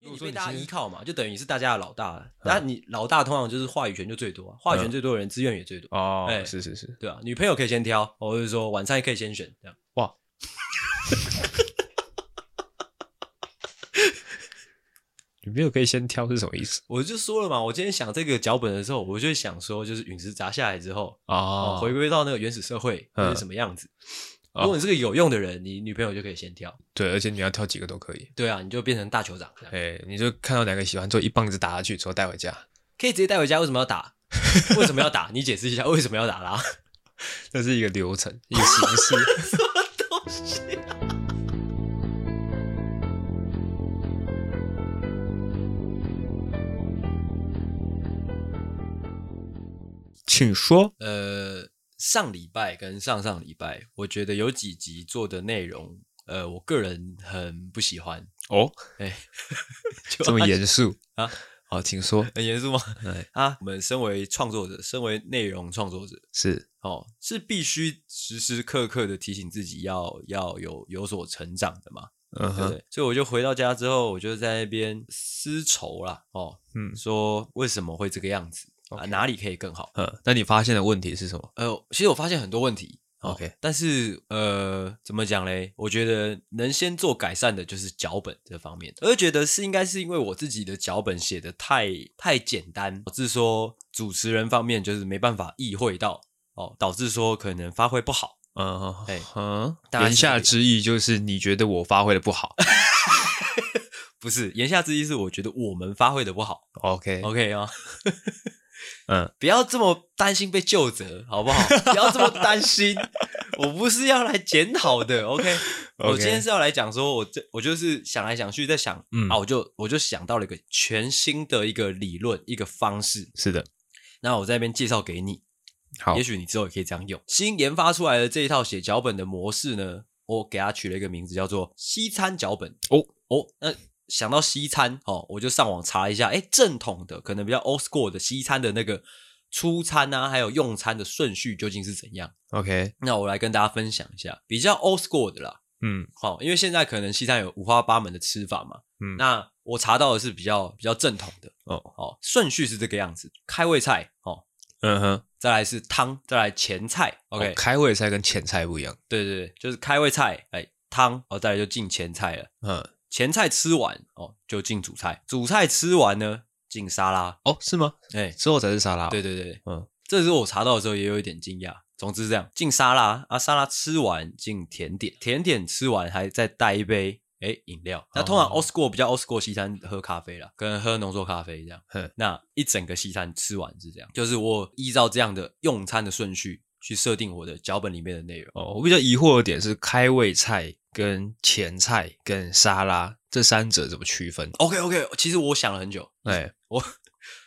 你被说你大家先依靠嘛，就等于是大家的老大了。那、你老大通常就是话语权就最多、啊，话语权最多的人资源也最多，哦，哎是是是，对啊，女朋友可以先挑，或者是说晚餐也可以先选，这样哇，女朋友可以先挑是什么意思我就说了嘛，我今天想这个脚本的时候，我就想说，就是陨石砸下来之后，哦，哦，回归到那个原始社会嗯会是什么样子。哦如果你是个有用的人，你女朋友就可以先挑。对，而且你要挑几个都可以，对啊，你就变成大酋长这样，哎，你就看到哪个喜欢，就一棒子打下去，之后带回家，可以直接带回家。为什么要打？为什么要打？你解释一下为什么要打啦？这是一个流程，一个形 式。啊请说。呃，上礼拜跟上上礼拜，我觉得有几集做的内容，呃，我个人很不喜欢。哦， 就这么严肃啊？好，请说。很严肃吗？ 哎，啊，我们身为创作者，身为内容创作者，是哦，是必须时时刻刻的提醒自己要要有有所成长的嘛，对嗯不哼，对？所以我就回到家之后，我就在那边思愁啦，哦，嗯说为什么会这个样子啊？哪里可以更好？嗯，那你发现的问题是什么？呃，其实我发现很多问题。哦 OK 但是呃，怎么讲嘞？我觉得能先做改善的就是脚本这方面，而觉得是应该是因为我自己的脚本写的太太简单，导致说主持人方面就是没办法意会到哦，导致说可能发挥不好。嗯，哎嗯，大概是言下这个之意就是你觉得我发挥的不好。不是，言下之意是我觉得我们发挥的不好。 OK， OK 啊，嗯，不要这么担心被救责，好不好？不要这么担心， 我不是要来检讨的。OK，, 我今天是要来讲说，我这我就是想来想去，在想，嗯啊，我就我就想到了一个全新的一个理论，一个方式。是的，那我在那边介绍给你，好也，许你之后也可以这样用。新研发出来的这一套写脚本的模式呢，我给它取了一个名字叫做西餐脚本。哦哦，那想到西餐哦，我就上网查一下，哎，正统的可能比较 old school 的西餐的那个出餐啊，还有用餐的顺序究竟是怎样？ OK，那我来跟大家分享一下比较 old school 的啦。嗯好、因为现在可能西餐有五花八门的吃法嘛。嗯那我查到的是比较比较正统的哦，哦，顺序是这个样子：开胃菜哦，嗯哼再来是汤，再来前菜。OK，、哦开胃菜跟前菜不一样。对对对，就是开胃菜，哎，汤，哦，再来就进前菜了。嗯，前菜吃完哦，就进主菜，主菜吃完呢，进沙拉。哦，是吗？哎，之后才是沙拉哦。对对对，嗯，这时候我查到的时候也有一点惊讶。总之是这样，进沙拉啊，沙拉吃完进甜点，甜点吃完还再带一杯哎饮料。那通常 o 哦 s c o 比较 o s c o 西餐喝咖啡啦，跟喝浓缩咖啡这样哼。那一整个西餐吃完是这样，就是我依照这样的用餐的顺序去设定我的脚本里面的内容。哦，我比较疑惑的点是开胃菜、跟前菜、跟沙拉这三者怎么区分？ OK OK，其实我想了很久，哎 我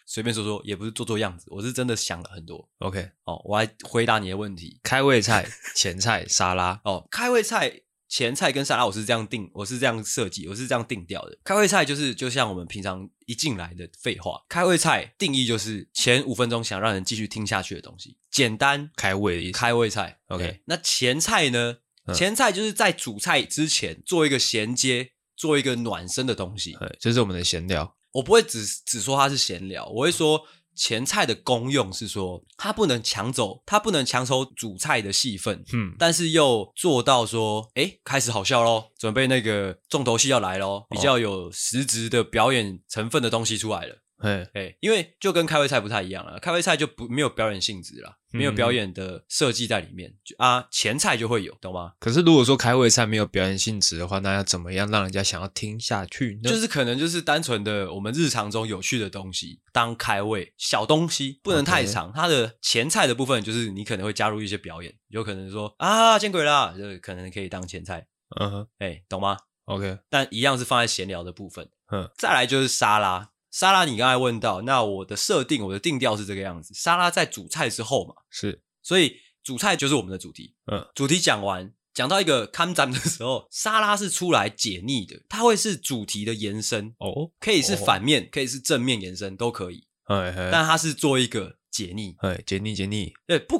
随便说说，也不是做做样子，我是真的想了很多。 ，OK，哦，我来回答你的问题。开胃菜、前菜、沙拉，哦，开胃菜、前菜跟沙拉，我是这样定，我是这样设计，我是这样定调的。开胃菜就是就像我们平常一进来的废话，开胃菜定义就是前五分钟想让人继续听下去的东西，简单开胃的意思。开胃菜。 OK 对那前菜呢？嗯前菜就是在主菜之前做一个衔接，做一个暖身的东西。 哎，这是我们的闲聊。我不会只只说它是闲聊，我会说前菜的功用是说它不能抢走，它不能抢走主菜的戏份，嗯，但是又做到说，哎，开始好笑喽，准备那个重头戏要来喽，比较有实质的表演成分的东西出来了。哎，哎，因为就跟开胃菜不太一样了，开胃菜就不没有表演性质啦，没有表演的设计在里面、就啊，前菜就会有，懂吗？可是如果说开胃菜没有表演性质的话，那要怎么样让人家想要听下去呢？就是可能就是单纯的我们日常中有趣的东西当开胃小东西，不能太 OK 长。它的前菜的部分就是你可能会加入一些表演，有可能说啊见鬼啦，就是可能可以当前菜，嗯哼哎、懂吗？ ，OK，但一样是放在闲聊的部分。嗯，再来就是沙拉，沙拉你刚才问到，那我的设定我的定调是这个样子，沙拉在主菜之后嘛，是，所以主菜就是我们的主题。嗯，主题讲完，讲到一个看展的时候，沙拉是出来解腻的，它会是主题的延伸。哦，可以是哦反面，可以是正面延伸都可以，哎哎但它是做一个解腻。哎，解腻解腻，对，不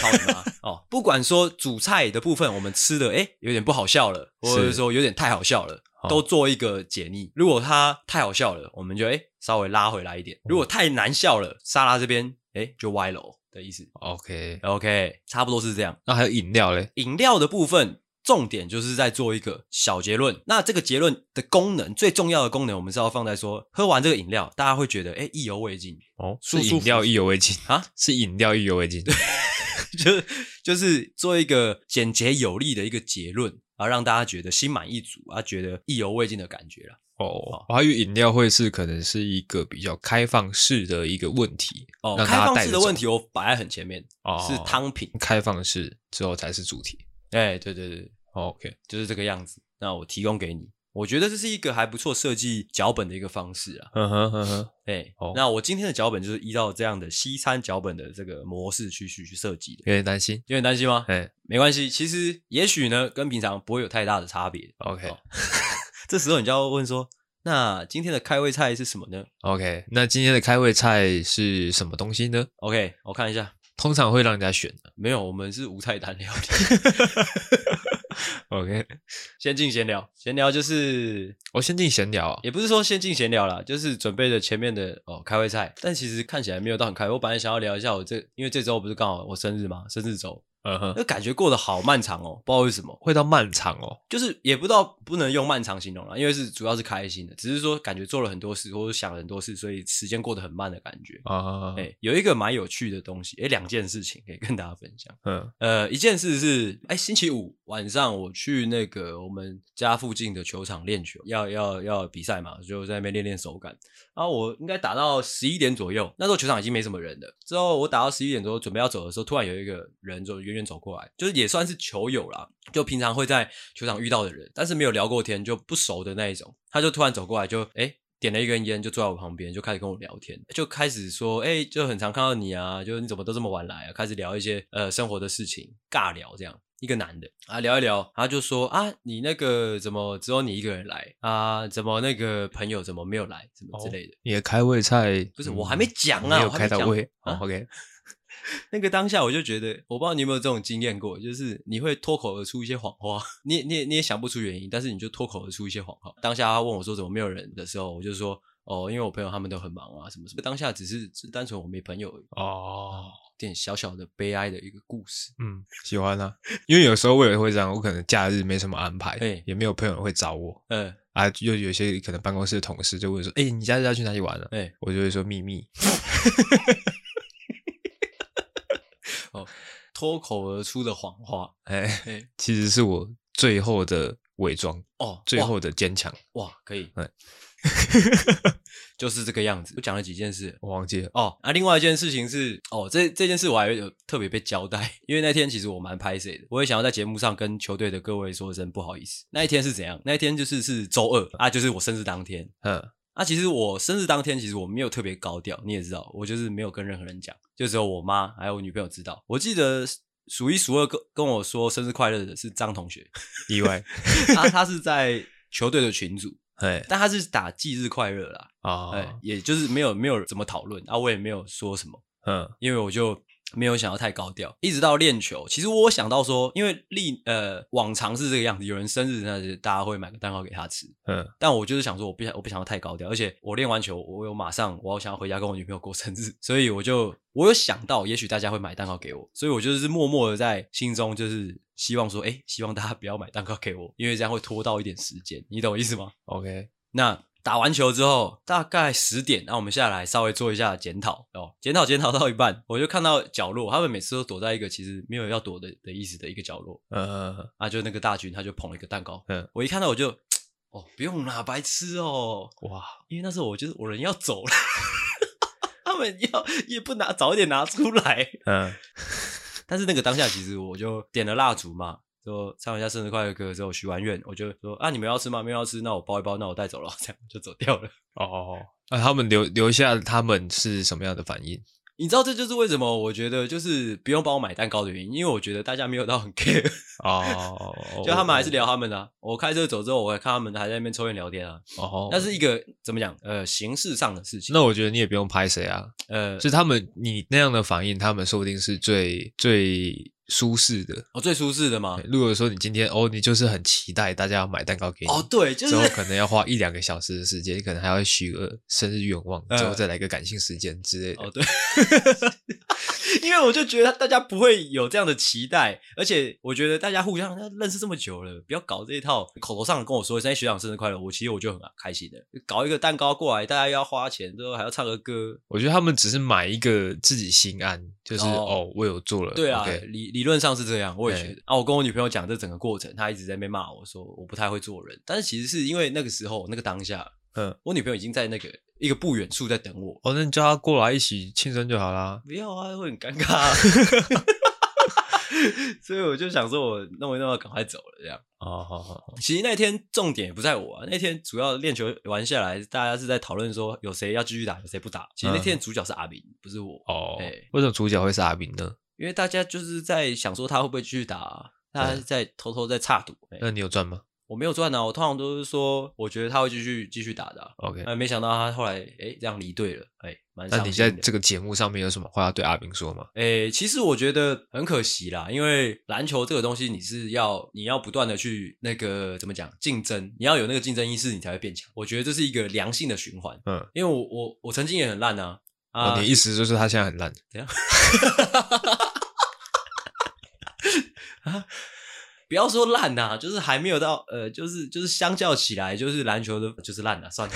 好你妈哦，不管说主菜的部分我们吃的哎有点不好笑了，或者是说有点太好笑了，哦都做一个解腻。如果它太好笑了，我们就哎、诶稍微拉回来一点；如果太难笑了，沙拉这边哎、诶就歪楼的意思。 OK， OK，差不多是这样。那还有饮料嘞？饮料的部分，重点就是在做一个小结论。那这个结论的功能，最重要的功能，我们是要放在说，喝完这个饮料，大家会觉得哎意犹未尽，哦，舒是舒饮服料服意犹未尽啊， 是饮料意犹未尽。就就是做一个简洁有力的一个结论。啊，让大家觉得心满意足啊，觉得意犹未尽的感觉啦。哦，我还以为饮料会是可能是一个比较开放式的一个问题哦，让开大家放带式着的走问题我摆在很前面，哦是汤品。开放式之后才是主题。哎，对对对，哦 OK，就是这个样子。那我提供给你，我觉得这是一个还不错设计脚本的一个方式啊。嗯哼嗯哼，哎，哦那我今天的脚本就是依照这样的西餐脚本的这个模式去去去设计的。有点担心。有点担心吗？哎没关系，其实也许呢，跟平常不会有太大的差别。 ，OK 哦这时候你就要问说，那今天的开胃菜是什么呢 OK，那今天的开胃菜是什么东西呢？ ？OK，我看一下，通常会让人家选的。没有，我们是无菜单料理。 OK，先进闲聊，闲聊就是我先进闲聊啊。也不是说先进闲聊啦，就是准备的前面的哦开胃菜，但其实看起来没有到很开胃。我本来想要聊一下我这，因为这周不是刚好我生日嘛，生日周，嗯哼，那感觉过得好漫长哦，不知道为什么，会到漫长哦。就是也不知道不能用漫长形容啦，因为是主要是开心的，只是说感觉做了很多事或者想了很多事，所以时间过得很慢的感觉。啊，哎、有一个蛮有趣的东西，哎、两件事情可以跟大家分享。嗯呃，一件事是，哎、星期五晚上我去那个我们家附近的球场练球，要要要比赛嘛，就在那边练练手感。然后我应该打到十一点左右，那时候球场已经没什么人了。之后我打到十一点左右，准备要走的时候，突然有一个人就远远走过来，就是也算是球友啦，就平常会在球场遇到的人，但是没有聊过天，就不熟的那一种。他就突然走过来就，哎点了一根烟，就坐在我旁边，就开始跟我聊天，就开始说，哎、就很常看到你啊，就你怎么都这么晚来啊？开始聊一些呃生活的事情，尬聊这样。一个男的啊，聊一聊，他就说啊，你那个怎么只有你一个人来啊？怎么那个朋友怎么没有来？什么之类的。你的开胃菜不是，嗯我还没讲啊，没我有还开到讲胃。啊哦 OK，那个当下我就觉得，我不知道你有没有这种经验过，就是你会脱口而出一些谎话， 你也你也你也想不出原因，但是你就脱口而出一些谎话。当下他问我说怎么没有人的时候，我就说哦，因为我朋友他们都很忙啊，什么什么。当下只是只单纯我没朋友而已，哦，有点小小的悲哀的一个故事。嗯，喜欢啊，因为有时候我也会这样，我可能假日没什么安排哎，也没有朋友会找我嗯，啊，又有些可能办公室的同事就问说，哎，你假日要去哪里玩啊？哎、我就会说秘密，脱口而出的谎话，哎，哎、其实是我最后的伪装，哦，最哇后的坚强，哇，可以哎， 就是这个样子。我讲了几件事，我忘记了，哦，啊，另外一件事情是，哦，这这件事我还有特别被交代，因为那天其实我蛮拍谁的，我也想要在节目上跟球队的各位说声不好意思。那一天是怎样？那一天就是是周二啊，就是我生日当天嗯，啊。其实我生日当天，其实我没有特别高调，你也知道，我就是没有跟任何人讲，就只有我妈还有我女朋友知道。我记得数一数二跟跟我说生日快乐的是张同学，意 外，他他是在球队的群组，哎，但他是打忌日快乐啦，哎、哦，也就是没有没有怎么讨论啊，我也没有说什么。嗯，因为我就没有想要太高调，一直到练球。其实我有想到说，因为历呃往常是这个样子，有人生日那就大家会买个蛋糕给他吃，嗯，但我就是想说，我不想我不想要太高调，而且我练完球，我有马上我要想要回家跟我女朋友过生日，所以我就我有想到，也许大家会买蛋糕给我，所以我就是默默的在心中就是希望说，哎、希望大家不要买蛋糕给我，因为这样会拖到一点时间，你懂我意思吗？ ，OK，那打完球之后，大概十点，那我们下来稍微做一下检讨哦。检讨检讨到一半，我就看到角落，他们每次都躲在一个其实没有要躲的的意思的一个角落嗯，啊，就那个大军他就捧了一个蛋糕，嗯，我一看到我就哦不用啦，白痴哦，哇，因为那时候我就是我人要走了， 他们要也不拿早一点拿出来，嗯，但是那个当下，其实我就点了蜡烛嘛，就唱一下生日快乐歌之后许完愿，我就说啊，你们要吃吗？没有要吃，那我包一包，那我带走了， 这样我就走掉了。哦，那他们留留下他们是什么样的反应？你知道这就是为什么我觉得就是不用帮我买蛋糕的原因，因为我觉得大家没有到很 care，，哦就他们还是聊他们的啊、我开车走之后，我还看他们还在那边抽烟聊天啊，哦，那是一个怎么讲呃形式上的事情。那我觉得你也不用拍谁啊，呃就是他们你那样的反应，他们说不定是最最舒适的。哦，最舒适的吗？如果说你今天哦，你就是很期待大家要买蛋糕给你，哦，对，就是之后可能要花一两个小时的时间，你可能还要许个生日愿望，嗯之后再来个感性时间之类的。哦，对， 因为我就觉得大家不会有这样的期待，而且我觉得大家互相认识这么久了，不要搞这一套，口头上跟我说一声哎学长生日快乐，我其实我就很开心的，搞一个蛋糕过来，大家又要花钱，之后还要唱个歌，我觉得他们只是买一个自己心安，就是哦哦我有做了，对啊 OK 理理论上是这样，我也觉对得。啊，我跟我女朋友讲这整个过程，她一直在那边骂我说我不太会做人，但是其实是因为那个时候那个当下，嗯，我女朋友已经在那个一个不远处在等我，哦，那你叫他过来一起庆生就好啦。不要啊，会很尴尬、啊。 所以我就想说，我弄一弄，赶快走了。这样，哦，好好好，其实那天重点也不在我啊，那天主要练球玩下来，大家是在讨论说有谁要继续打，有谁不打。其实那嗯天主角是阿明，不是我，哦哎，为什么主角会是阿斌呢？因为大家就是在想说他会不会继续打、大家在偷偷在插赌。哎那你有赚吗我没有赚啊，我通常都是说，我觉得他会继续继续打的、啊。 ？OK，哎，没想到他后来哎、这样离队了，哎、蛮那伤你心在的。这个节目上面有什么话要对阿斌说吗？诶、其实我觉得很可惜啦，因为篮球这个东西，你是要你要不断的去那个怎么讲竞争，你要有那个竞争意识，你才会变强。我觉得这是一个良性的循环，嗯，因为我我我曾经也很烂啊啊，哦，你意思就是他现在很烂？不要说烂呐、就是还没有到呃，就是就是相较起来，就是篮球的就是烂了、算了。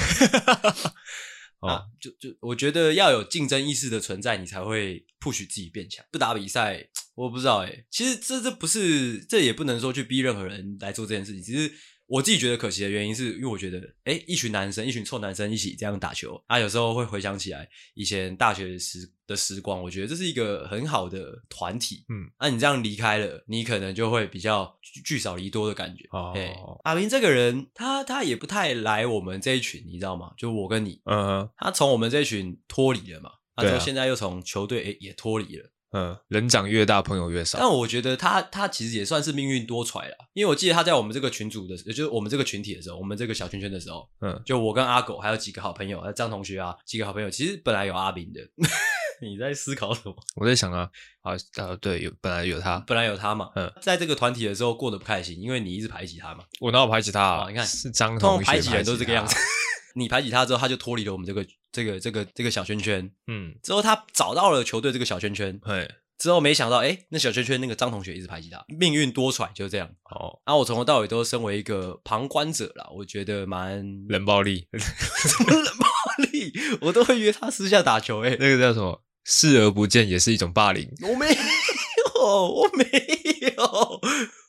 哦啊，就就我觉得要有竞争意识的存在，你才会 push 自己变强。不打比赛，我不知道哎、其实这这不是，这也不能说去逼任何人来做这件事情。其实我自己觉得可惜的原因，是因为我觉得，哎、一群男生，一群臭男生一起这样打球，啊，有时候会回想起来以前大学时的时光，我觉得这是一个很好的团体。嗯，那、你这样离开了，你可能就会比较聚聚少离多的感觉。哦哎、阿明这个人，他他也不太来我们这一群，你知道吗？就我跟你，嗯他从我们这群脱离了嘛，他对啊说现在又从球队诶也脱离了。嗯，人长越大，朋友越少。但我觉得他他其实也算是命运多舛了，因为我记得他在我们这个群组的，也就是我们这个群体的时候，我们这个小圈圈的时候，嗯，就我跟阿狗还有几个好朋友，还有张同学啊，几个好朋友，其实本来有阿斌的。 你在思考什么？我在想啊，啊啊，对，有本来有他，本来有他嘛，嗯在这个团体的时候过得不开心，因为你一直排挤他嘛。我哪有排挤他啊？哦你看是张通同常排学挤人都是这个样子 排挤。啊你排挤他之后，他就脱离了我们这个这个这个这个小圈圈。他。嗯，之后他找到了球队这个小圈圈，嘿，之后没想到，哎、那小圈圈那个张同学一直排挤他，命运多舛就是这样。啊哦，然后我从头到尾都身为一个旁观者啦，我觉得蛮 冷暴力，什么冷暴力，我都会约他私下打球、哎，那个叫什么？视而不见也是一种霸凌。我没有，我没有，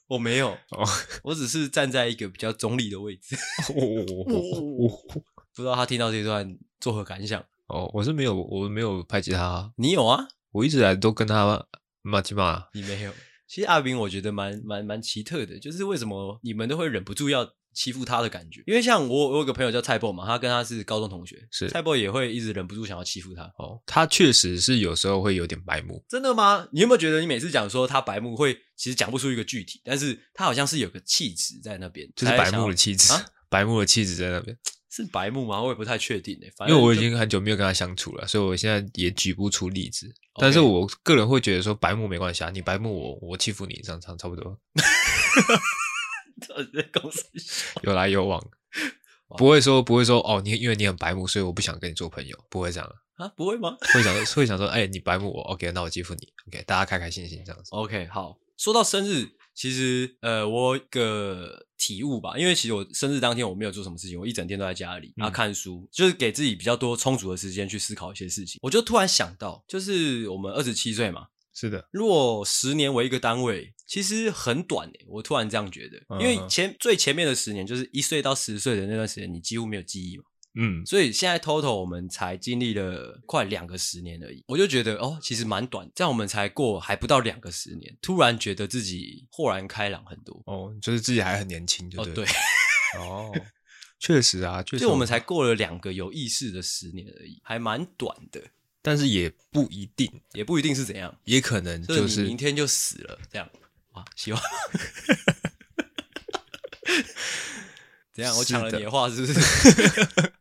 我没有，哦，我只是站在一个比较中立的位置。哦哦 不知道他听到这段作何感想？ 哦，我是没有，我没有排挤他啊，你有啊？我一直来都跟他骂起骂。你没有。 其实阿斌，我觉得蛮蛮蛮奇特的，就是为什么你们都会忍不住要欺负他的感觉？因为像我，我有个朋友叫蔡波嘛，他跟他是高中同学，是蔡波也会一直忍不住想要欺负他。哦，他确实是有时候会有点白目。真的吗？你有没有觉得你每次讲说他白目会，其实讲不出一个具体，但是他好像是有个气质在那边，就是才白想要目的气质啊，白目的气质在那边。是白目吗？我也不太确定诶、欸反因为正我已就经很久没有跟他相处了，所以我现在也举不出例子。但是我个人会觉得说，白目没关系啊，你白目我我欺负你，这样差差不多，到底 在公司有来有往哇，不会说不会说哦，你因为你很白目，所以我不想跟你做朋友，不会这样啊，啊，不会吗会想会想说，哎、你白目我 OK，那我欺负你 OK，大家开开心心这样子。 ？OK，好，说到生日，其实呃，我有一个体悟吧，因为其实我生日当天我没有做什么事情，我一整天都在家里，嗯啊，看书，就是给自己比较多充足的时间去思考一些事情。我就突然想到，就是我们二十七岁嘛，是的，如果十年为一个单位，其实很短诶、我突然这样觉得，嗯哼因为前最前面的十年就是一岁到十岁的那段时间，你几乎没有记忆嘛，嗯，所以现在 total 我们才经历了快两个十年而已，我就觉得哦，其实蛮短，这样我们才过还不到两个十年，突然觉得自己豁然开朗很多。哦，就是自己还很年轻，就哦，对对，，哦， 确实啊，确实， 就我们才，过了两个有意识的十年而已，还蛮短的，但是也不一定，也不一定是怎样，也可能就就你是是明天就死了这样。哇，希 望 怎样？我抢了是的你的话是不是？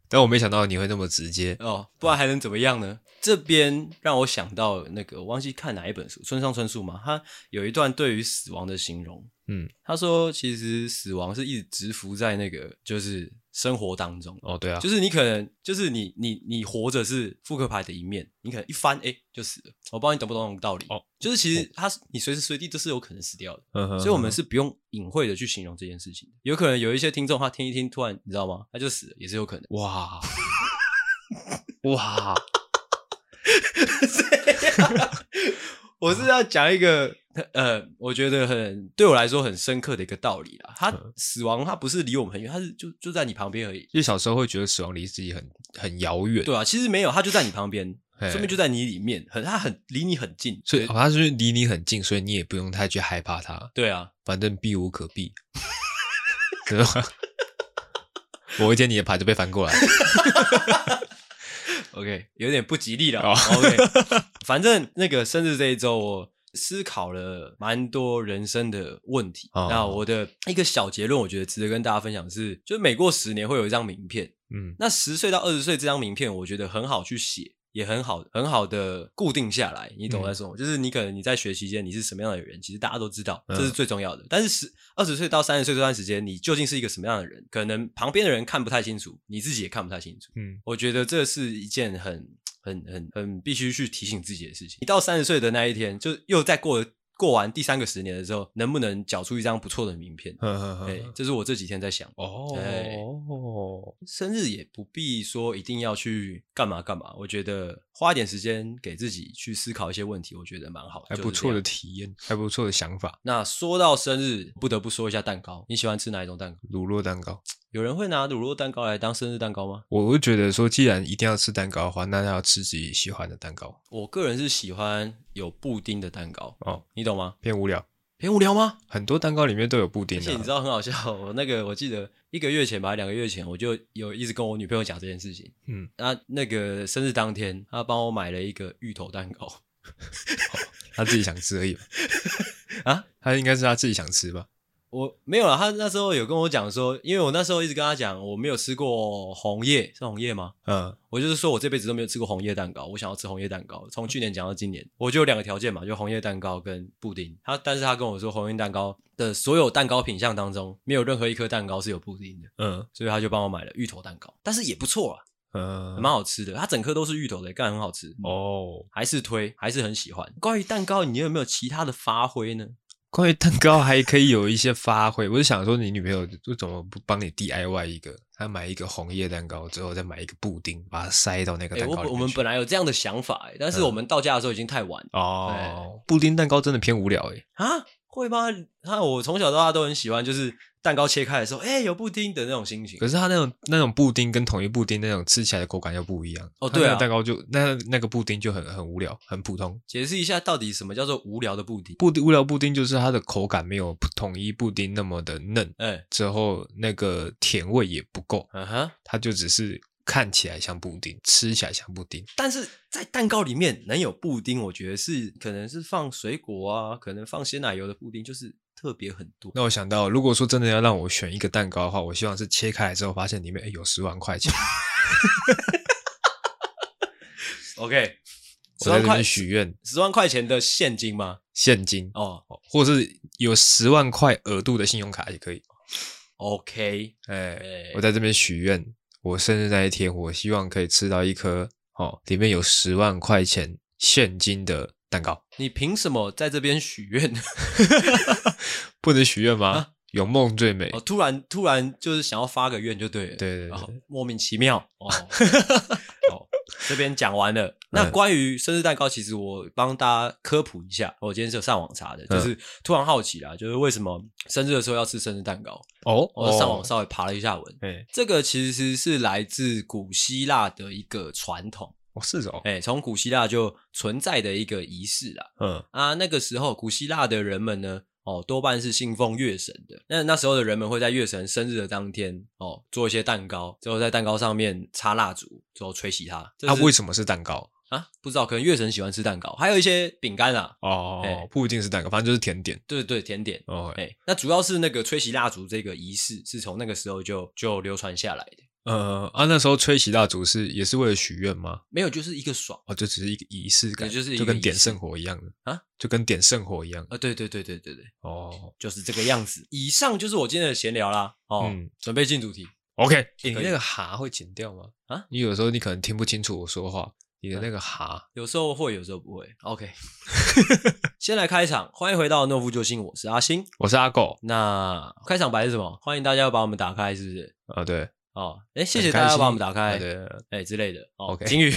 但我没想到你会那么直接。哦，不然还能怎么样呢？这边让我想到那个，我忘记看哪一本书，村上春树嘛，他有一段对于死亡的形容，嗯，他说其实死亡是一直直伏在那个就是生活当中，哦，对啊，就是你可能就是你你你活着是扑克牌的一面，你可能一翻哎、诶就死了，我不知道你懂不懂这种道理，哦，就是其实他你随时随地都是有可能死掉的。嗯哼所以，我们是不用隐晦的去形容这件事情的。有可能有一些听众，他听一听，突然你知道吗？他就死了，也是有可能。哇哇，我是要讲一个呃，我觉得很对我来说很深刻的一个道理啦。他死亡，他不是离我们很远，他是就就在你旁边而已。 就小时候会觉得死亡离自己很很遥远，对啊，其实没有，他就在你旁 边，嘿说不定就在你里面，很他很离你很近。所以对哦它是离你很近，所以你也不用太去害怕它，对啊，反正避无可 避，知道吗？ 某一天你的牌就被翻过来， OK，有点不吉利了。哦 OK，反正那个生日这一周，我思考了蛮多人生的问题。哦那我的一个小结论，我觉得值得跟大家分享是，就是每过十年会有一张名片。嗯，那十岁到二十岁这张名片，我觉得很好去写，也很好很好的固定下来。你懂我在说什么？就是你可能你在学习间你是什么样的人，其实大家都知道，嗯这是最重要的。但是十二十岁到三十岁这段时间，你究竟是一个什么样的人，可能旁边的人看不太清楚，你自己也看不太清楚。 嗯，我觉得这是一件很、很、很、很必须去提醒自己的事情。你到三十岁的那一天，就又在过过完第三个十年的时候，能不能缴出一张不错的名片？呵呵呵对，这是我这几天在想。哎嗯哦，生日也不必说一定要去干嘛干嘛，我觉得花一点时间给自己去思考一些问题，我觉得蛮好，还就是不这错的样。体验，还不错的想法，那说到生日，不得不说一下蛋糕。你喜欢吃哪一种蛋糕？乳酪蛋糕。有人会拿乳酪蛋糕来当生日蛋糕吗？我会觉得说，既然一定要吃蛋糕的话，那要吃自己喜欢的蛋糕我个人是喜欢有布丁的蛋糕，哦，你懂吗？偏无聊。偏无聊吗？很多蛋糕里面都有布丁而且你知的、啊，道很好笑，我那个我记得一个月前吧，两个月前我就有一直跟我女朋友讲这件事情。嗯，那那个生日当天，她帮我买了一个芋头蛋糕。他自己想吃而 已吧啊，他应该是他自己想吃吧？我没有了，她那时候有跟我讲说，因为我那时候一直跟她讲，我没有吃过红叶，是红叶吗？嗯，我就是说我这辈子都没有吃过红叶蛋糕，我想要吃红叶蛋糕。从去年讲到今年，我就有两个条件嘛，就红叶蛋糕跟布丁。她但是她跟我说，红叶蛋糕的所有蛋糕品项当中，没有任何一颗蛋糕是有布丁的，嗯所以她就帮我买了芋头蛋糕，但是也不错啊。嗯，蛮好吃的，它整颗都是芋头的，干很好吃。哦。还是推，还是很喜欢。关于蛋糕，你有没有其他的发挥呢？ 关于蛋糕还可以有一些发挥，我是想说，你女朋友为什么不帮你 DIY 一个？她买一个红叶蛋糕之后，再买一个布丁，把它塞到那个哎、蛋我糕里我面们去。本来有这样的想法、哎，但嗯是我们到家的时候已经太晚了、哦，布丁蛋糕真的偏无聊欸诶、啊！会吗？啊，我从小到大都很喜欢，就是蛋糕切开的时候，哎、有布丁的那种心情可。是它那种那种布丁跟统一布丁那种吃起来的口感又不一样。哦它对啊那个蛋糕就那那个布丁就很很无聊，很普通。解释一下，到底什么叫做无聊的布丁？布丁无聊布丁就是它的口感没有统一布丁那么的嫩，哎、之后那个甜味也不够，嗯哼。它就只是看起来像布丁，吃起来像布丁。但是在蛋糕里面能有布丁，我觉得是可能是放水果啊，可能放鲜奶油的布丁，就是特别很多。那我想到，如果说真的要让我选一个蛋糕的话，我希望是切开来之后发现里面诶哎有十万 块钱， OK， 我十在万这块边许愿十万块钱的现金吗？现金，哦或是有十万块额度的信用卡也可以。 ，OK，哎、哎我在这边许愿，我生日那一天，我希望可以吃到一颗哦，里面有十万块钱现金的蛋糕。你凭什么在这边许愿？不能许愿吗？啊有梦最美。哦，突然突然就是想要发个愿就对了，对对哦对，莫名其妙 哦。哦， 这边讲完了。那嗯关于生日蛋糕，其实我帮大家科普一下，哦我今天是有上网查的，嗯就是突然好奇啦，就是为什么生日的时候要吃生日蛋糕？哦，我就上网稍微爬了一下文，哎、这个其实是来自古希腊的一个传统，哦是哦，哎，从古希腊就存在的一个仪式啦。嗯啊，那个时候古希腊的人们呢，哦，多半是信奉月神的。那那时候的人们会在月神生日的当天，哦，做一些蛋糕，之后在蛋糕上面插蜡烛，之后吹熄它。这它、是啊为什么是蛋糕？啊，不知道，可能月神喜欢吃蛋糕，还有一些饼干啊，哦，哎不一定是蛋糕，反正就是甜点。对对，甜点。哎哦，哎、那主要是那个吹熄蜡烛这个仪式，是从那个时候就就流传下来的。呃啊，那时候吹习大烛是也是为了许愿吗？没有，就是一个爽哦，就只是一个仪式感，对就是一就个跟仪点式圣火一样的啊，呃就跟点圣火一样啊！对对对对对对，哦。就是这个样子。以上就是我今天的闲聊啦。哦，嗯准备进主题。 OK，、欸、你可以那个哈会剪掉吗？啊，嗯你有时候你可能听不清楚我说话，你的那个哈，有时候会，有时候不会。OK，先来开场，欢迎回到诺夫救星，我是阿星。我是阿狗那开场白是什么？欢迎大家把我们打开，是不是？啊，对，哦，哎，谢谢很开大家心把我们打开啊，对，哎之类的。哦 OK 金宇，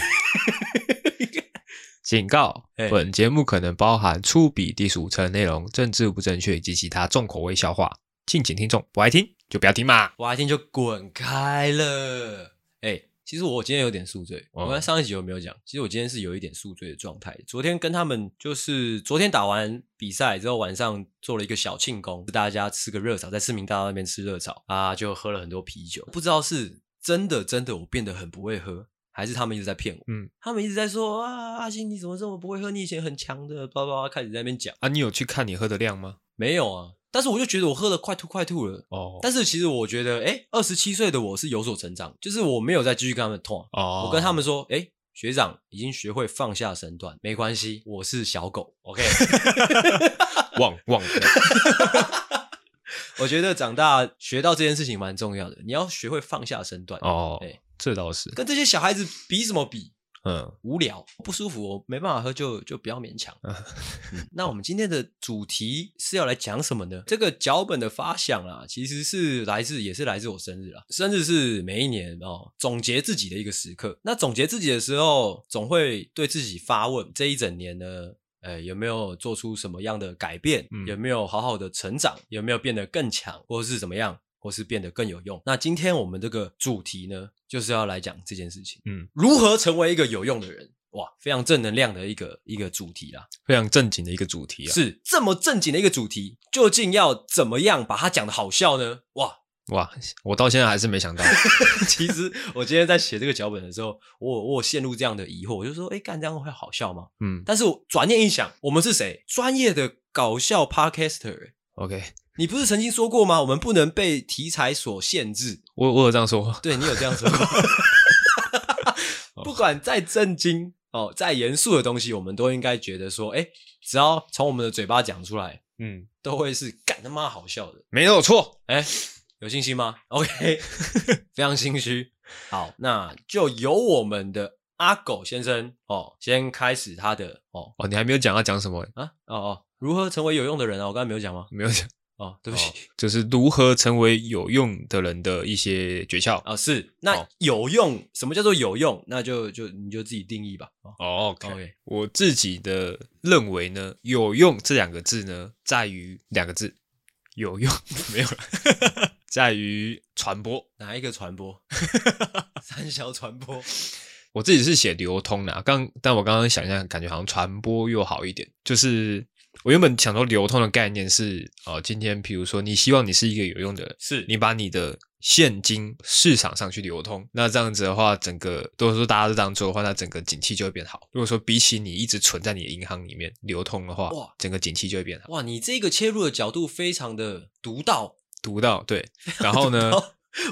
警告哎：本节目可能包含粗鄙、低俗、成人内容、政治不正确以及其他重口味笑话，敬请听众不爱听就不要听嘛。我一听就滚开了。哎，其实我今天有点宿醉，嗯哦我在上一集有没有讲？其实我今天是有一点宿醉的状态。昨天跟他们就是昨天打完比赛之后，晚上做了一个小庆功，大家吃个热炒，在市民大道那边吃热炒啊，就喝了很多啤酒。不知道是真的真的我变得很不会喝，还是他们一直在骗我。嗯，他们一直在说啊，阿星你怎么这么不会喝？你以前很强的，叭叭叭，开始在那边讲。啊，你有去看你喝的量吗？没有啊，但是我就觉得我喝的快吐快吐了。哦，但是其实我觉得，哎，二十七岁的我是有所成长，就是我没有再继续跟他们痛。哦，我跟他们说，哎，学长已经学会放下身段，没关系，我是小狗，OK 。 忘忘了，我觉得长大学到这件事情蛮重要的，你要学会放下身段。哦对，这倒是，跟这些小孩子比什么比？嗯，无聊，不舒服，我没办法喝就，就不要勉强、嗯嗯那我们今天的主题是要来讲什么呢？这个脚本的发想啊，其实是来自也是来自我生日啊。生日是每一年哦总结自己的一个时刻。那总结自己的时候，总会对自己发问：这一整年呢，呃，有没有做出什么样的改变？嗯有没有好好的成长？有没有变得更强，或是怎么样？或是变得更有用。那今天我们这个主题呢，就是要来讲这件事情。如何成为一个有用的人？哇，非常正能量的一个一个主题啦，非常正经的一个主题啊，是这么正经的一个主题，究竟要怎么样把它讲的好笑呢？哇，哇，我到现在还是没想到，其实我今天在写这个脚本的时候，我我有陷入这样的疑惑，我就说，哎，干这样会好笑吗？嗯但是我转念一想，我们是谁？专业的搞笑 podcaster，欸，OK，你不是曾经说过吗？我们不能被题材所限制。我我有这样说话，对你有这样说 过？不管再震惊哦，再严肃的东西，我们都应该觉得说，哎，只要从我们的嘴巴讲出来，嗯，都会是干他妈好笑的。没有错，哎，有信心吗？OK，非 常心虚。好，那就由我们的阿狗先生哦，先开始他的哦哦，你还没有讲要讲什么，啊哦哦，如何成为有用的人啊？我刚才没有讲吗？没有讲，哦，对不起。哦就是如何成为有用的人的一些诀窍，啊、是那哦好有用？什么叫做有用？那就就你就自己定义吧。哦哦，OK， ，OK，我自己的认为呢，有用这两个字呢，在于两个字，有用 没有了，在于传播。哪一个传播？ 三小传播。我自己是写流通的、啊，刚但我刚刚想一下，感觉好像传播又好一点。就是我原本想说流通的概念是，呃，今天比如说你希望你是一个有用的人，是你把你的现金市场上去流通，那这样子的话，整个如果说大家都这样做的话，那整个景气就会变好。如果说比起你一直存在你的银行里面流通的话哇，整个景气就会变好。哇，你这个切入的角度非常的独到。 读到对，然后呢，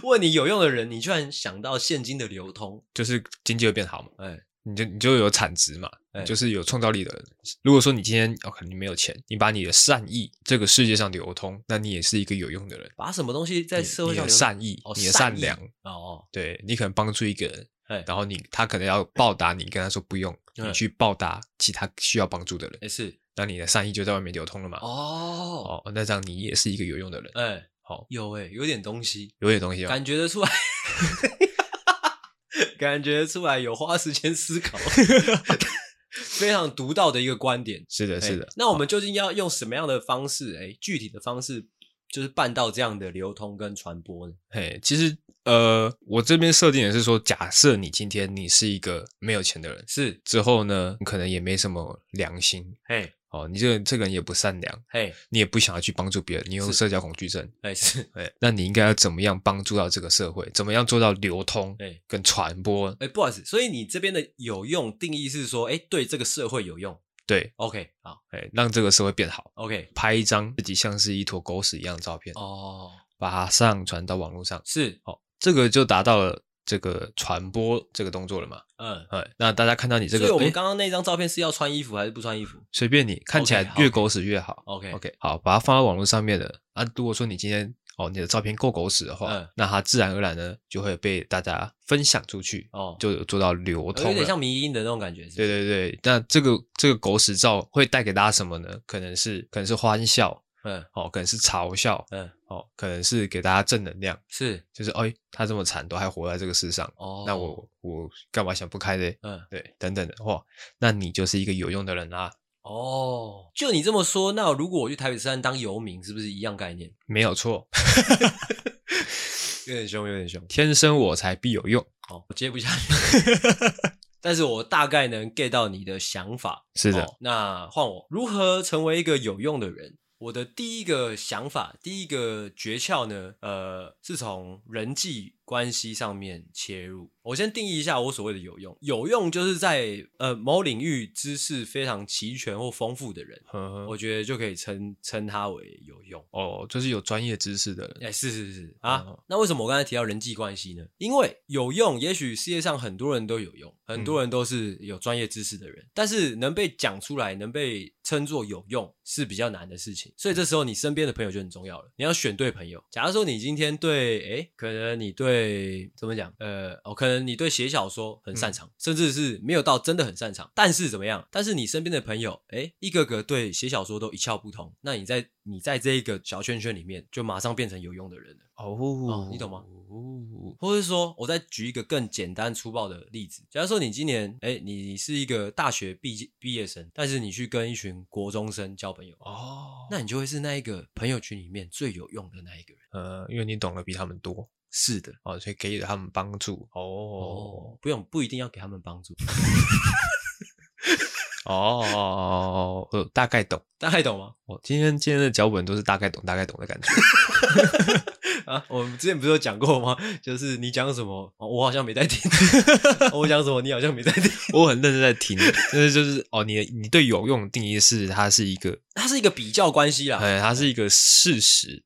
问你有用的人，你居然想到现金的流通，就是经济会变好嘛，哎，你就你就有产值嘛，哎你就是有创造力的人。如果说你今天哦，可能你没有钱，你把你的善意这个世界上流通，那你也是一个有用的人。把什么东西在你社会你上的流通善意哦，你的善善意良，哦哦，对你可能帮助一个人哎，然后你他可能要报答你，跟他说不用，哎你去报答其他需要帮助的人，哎是那你的善意就在外面流通了嘛。哦，哦，那这样你也是一个有用的人，哎，好有哎，有点东西，有点东西哦吧？感觉得出来。 感觉出来有花时间思考， 非常独到的一个观点。是的，是的哎。那我们究竟要用什么样的方式？哎，具体的方式就是办到这样的流通跟传播呢？嘿，其实呃，我这边设定也是说，假设你今天你是一个没有钱的人，是，之后呢，你可能也没什么良心嘿，哦，你这个这个人也不善良，嘿，你也不想要去帮助别人，你有是社交恐惧症，哎，是，哎，那你应该要怎么样帮助到这个社会？怎么样做到流通哎，跟传播？哎，不好意思，所以你这边的有用定义是说，哎，对这个社会有用。对， OK，好哎，让这个社会变好。 ，OK，拍一张自己像是一坨狗屎一样的照片，哦，把它上传到网络上，是，哦，这个就达到了这个传播这个动作了嘛？嗯，哎、那大家看到你这所以个，我们诶刚刚那张照片是要穿衣服还是不穿衣服随便你，看起 OK，来好越狗屎越好。 ？OK，, OK，好，把它放到网络上面的啊。如果说你今天哦你的照片够狗屎的话，嗯那它自然而然呢就会被大家分享出去，哦，就有做到流呃通有点了。像迷音的那种感觉，是不对是，对对，那这个这个狗屎照会带给大家什么呢？可能是可能是欢笑嗯哦，可能是嘲笑嗯，哦，可能是给大家正能量，是就是哎他这么惨都还活在这个世上，哦，那我我干嘛想不开嘞？嗯对，等等的话，那你就是一个有用的人啦、哦，就你这么说，那如果我去台北山当游民，是不是一样概念？没有错，有点凶，有点凶。天生我材必有用。哦，我接不下 去，但是我大概能 get 到你的想法。是的，哦那换我，如何成为一个有用的人？我的第一个想法，第一个诀窍呢，呃，是从人际关系上面切入。我先定义一下我所谓的有用，有用就是在呃某领域知识非常齐全或丰富的人，呵呵我觉得就可以称称他为有用。哦，就是有专业知识的人哎、是是是啊、哦那为什么我刚才提到人际关系呢？因为有用，也许世界上很多人都有用，很多人都是有专业知识的人，但是能被讲出来，能被称作有用是比较难的事情。所以这时候你身边的朋友就很重要了，你要选对朋友。假如说你今天对，哎、可能你对怎么讲，呃，哦，可能你对写小说很擅长，甚至是没有到真的很擅长，但是怎么样？但是你身边的朋友，哎，一个个对写小说都一窍不通，那你在你在这一个小圈圈里面，就马上变成有用的人了。哦你懂吗？哦，或者说，我再举一个更简单粗暴的例子，假如说你今年，哎、你是一个大学毕毕业生，但是你去跟一群国中生交朋友，哦，那你就会是那一个朋友群里面最有用的那一个人。呃，因为你懂得比他们多是的，哦，所以给予他们帮助。哦哦，不用不一定要给他们帮助，哦哦，呃，大概懂。大概懂吗？ 我今天今天的脚本都是大概懂、大概懂的感觉。啊，我们之前不是有讲过吗？就是你讲什么，哦我好像没在听； 哦我讲什么，你好像没在听。 我很认真在听，但是就是哦，你的你对有用的定义是它是一个，它是一个比较关系啦，哎、呃，它是一个事实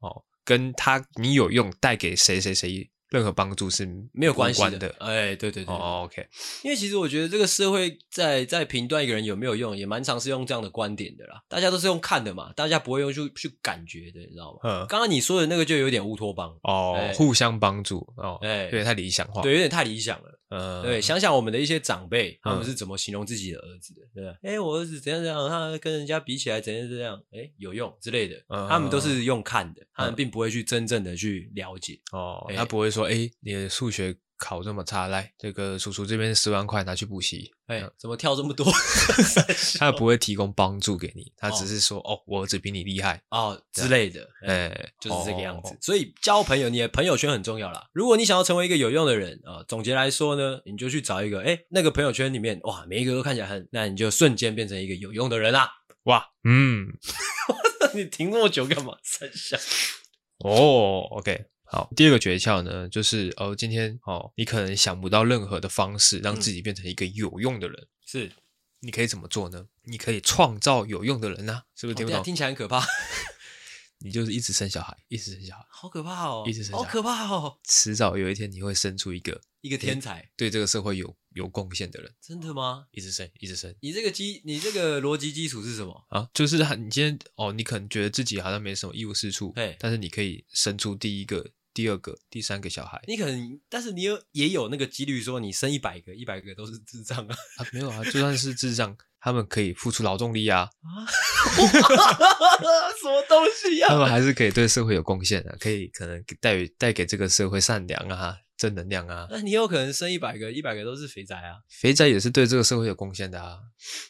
哦，跟它你有用带给谁谁谁任何帮助是没有关系无的，的。哎、对对对对哦，OK，因为其实我觉得这个社会在在评断一个人有没有用，也蛮常是用这样的观点的啦。大家都是用看的嘛，大家不会用去去感觉的，你知道吗？嗯，刚刚你说的那个就有点乌托邦，哦哎，互相帮助哦，哎对，太理想化，对，，有点太理想了。嗯，对，想想我们的一些长辈，他们嗯是怎么形容自己的儿子的，对吧？哎，我儿子怎样怎样，他跟人家比起来怎样怎样，哎，有用之类的。嗯他们都是用看的，他们嗯并不会去真正的去了解。哦，哎他不会说，哎、你的数学考这么差，来，这个叔叔这边十万块拿去补习， 哎嗯，怎么跳这么多？ 他不会提供帮助给你，他只是说，哦，我儿子比你厉害，哦之类的，哎哎、就是这个样子。哦所以交朋友，你的朋友圈很重要啦。如果你想要成为一个有用的人啊、呃总结来说呢，你就去找一个，哎，那个朋友圈里面，哇，每一个都看起来很，那你就瞬间变成一个有用的人啦。 哇，嗯，你停那么久干嘛？三 下。哦，OK。好，第二个诀窍呢，就是哦，今天哦，你可能想不到任何的方式让嗯自己变成一个有用的人，是，你可以怎么做呢？你可以创造有用的人啊，是不是听听不懂？哦听起来很可怕，你就是一直生小孩，一直生小孩，好可怕哦一直，生好小可怕哦，迟早有一天你会生出一个一个天才，对这个社会有有贡献的人，真的吗？一直生，一直生，你这个基，你这个逻辑基础是什么？啊，就是他，你今天哦，你可能觉得自己好像没什么一无是处，对但是你可以生出第一个、第二个、第三个小孩你可能，但是你有也有那个几率说你生一百个，一百个都是智障啊！ 啊，没有啊，就算是智障，他们可以付出劳动力啊，什么东西呀、 他们还是可以对社会有贡献的、可以可能带给带给这个社会善良啊、正能量啊。那你有可能生一百个，一百个都是肥宅啊！肥仔也是对这个社会有贡献的啊，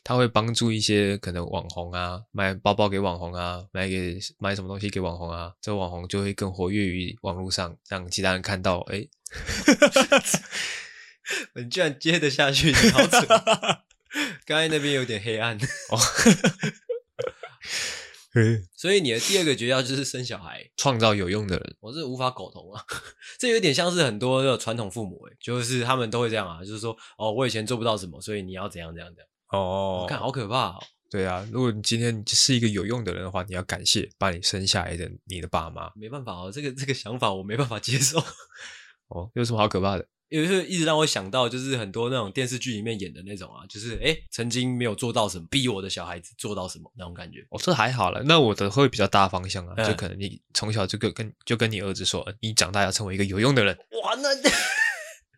他会帮助一些可能网红啊，买包包给网红啊，买给买什么东西给网红啊，这网红就会更活跃于网络上，让其他人看到，哎，你居然接得下去，你好 蠢！刚才那边有点黑暗，所以你的第二个诀窍就是生小孩，创造有用的人。我是无法苟同啊。 这有点像是很多的传统父母、欸，就是他们都会这样啊，就是说哦，我以前做不到什么，所以你要怎样怎样怎样。哦我看好可怕、哦，对啊，如果你今天是一个有用的人的话，你要感谢把你生下来的你的爸妈。没办法哦，这个这个想法我没办法接受。 哦，有什么好可怕的？也是一直让我想到，就是很多那种电视剧里面演的那种啊，就是哎、诶曾经没有做到什么，逼我的小孩子做到什么那种感觉。哦，这还好了。那我的会比较大方向啊，嗯就可能你从小就跟跟就跟你儿子说，呃你长大要成为一个有用的人，哇，那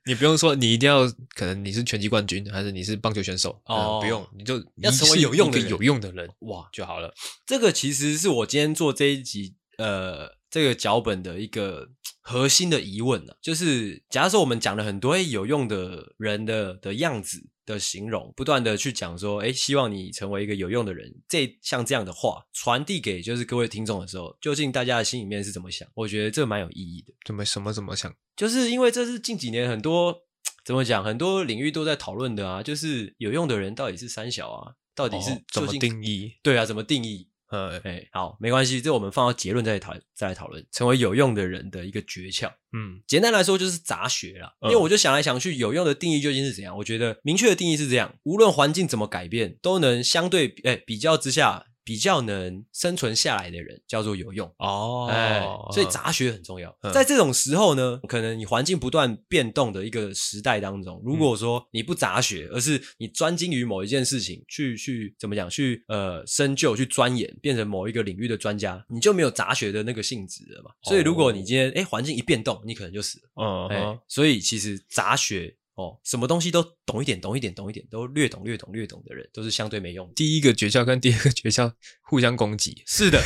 你不用说你一定要，可能你是拳击冠军，还是你是棒球选手，哦嗯不用，你就要成为你是有用的一个人有用的人哇，就好了。这个其实是我今天做这一集呃这个脚本的一个核心的疑问啊，就是假如说我们讲了很多诶有用的人的的样子的形容，不断的去讲说，哎，希望你成为一个有用的人，这像这样的话传递给就是各位听众的时候，究竟大家的心里面是怎么想？我觉得这蛮有意义的。怎么什么怎么想？就是因为这是近几年很多怎么讲，很多领域都在讨论的啊，就是有用的人到底是三小啊，到底是、哦怎么？定义？对啊，怎么定义？呃，哎，好，没关系，这我们放到结论再来讨再来讨论，成为有用的人的一个诀窍。嗯，简单来说就是杂学啦，因嗯为我就想来想去，有用的定义究竟是怎样？我觉得明确的定义是这样：无论环境怎么改变，都能相对哎比较之下比较能生存下来的人叫做有用。哦哎，所以嗯杂学很重要。嗯在这种时候呢，可能你环境不断变动的一个时代当嗯中，如果说你不杂学，而是你专精于某一件事情，去去怎么讲，去呃深究、去钻研，变成某一个领域的专家，你就没有杂学的那个性质了嘛。所以，如果你今天哎环境一变动，你可能就死了。哦嗯哎、哼所以其实杂学。哦，什么东西都懂一点，懂一点，懂一点，都略懂略懂略懂的人，都是相对没用的。第一个诀窍跟第二个诀窍互相攻击。是 的，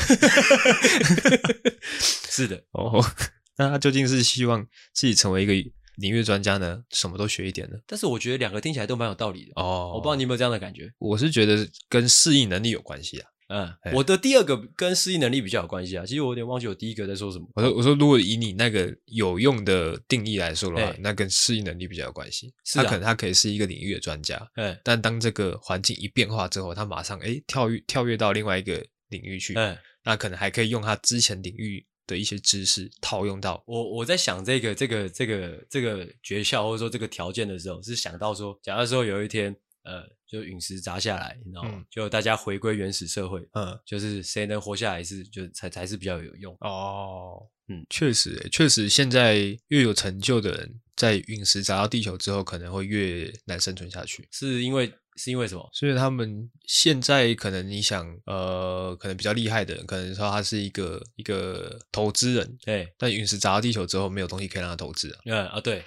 是的，哦， 那他究竟是希望自己成为一个领域专家呢，什么都学一点呢？但是我觉得两个听起来都蛮有道理的。哦，我不知道你有没有这样的感觉。我是觉得跟适应能力有关系啊。嗯哎，我的第二个跟适应能力比较有关系啊。其实我有点忘记我第一个在说什么。我说，我说，如果以你那个有用的定义来说的话哎，那跟适应能力比较有关系。是啊他可能他可以是一个领域的专家，哎但当这个环境一变化之后，他马上哎跳跃跳跃到另外一个领域去，哎，那可能还可以用他之前领域的一些知识套用到。我我在想这个这个这个这个诀窍或者说这个条件的时候，是想到说，假如说有一天，呃，就陨石砸下来，你知道吗？嗯就大家回归原始社会，嗯，就是谁能活下来是就才才是比较有用。哦，嗯，确实欸，确实，现在越有成就的人，在陨石砸到地球之后，可能会越难生存下去。是因为是因为什么？所以他们现在可能你想，呃，可能比较厉害的人，可能说他是一个一个投资人，哎，但陨石砸到地球之后，没有东西可以让他投资啊。嗯啊， 对，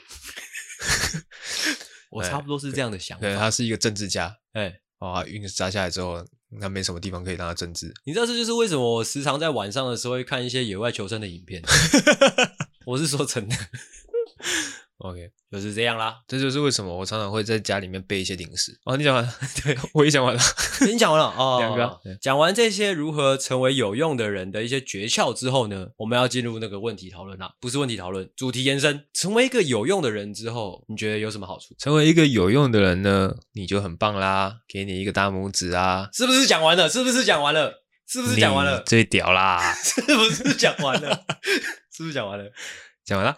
我差不多是这样的想可能法。他是一个政治家，哎，哦，他陨石砸下来之后，他没什么地方可以让他政治。你知道这就是为什么我时常在晚上的时候会看一些野外求生的影 片。我是说真的， OK，就是这样啦。这就是为什么我常常会在家里面备一些零食。哦，你讲完了， 对我也讲完了。 已经讲完了哦，两个啊对讲完这些如何成为有用的人的一些诀窍之后呢，我们要进入那个问题讨论啦，不是问题讨论，主题延伸。成为一个有用的人之后，你觉得有什么好处？成为一个有用的人呢，你就很棒啦，给你一个大拇指啊！是不是讲完了？是不是讲完了？是不是讲完你了？最屌啦！ 是不是讲完了？是不是讲完了？讲完了。哇！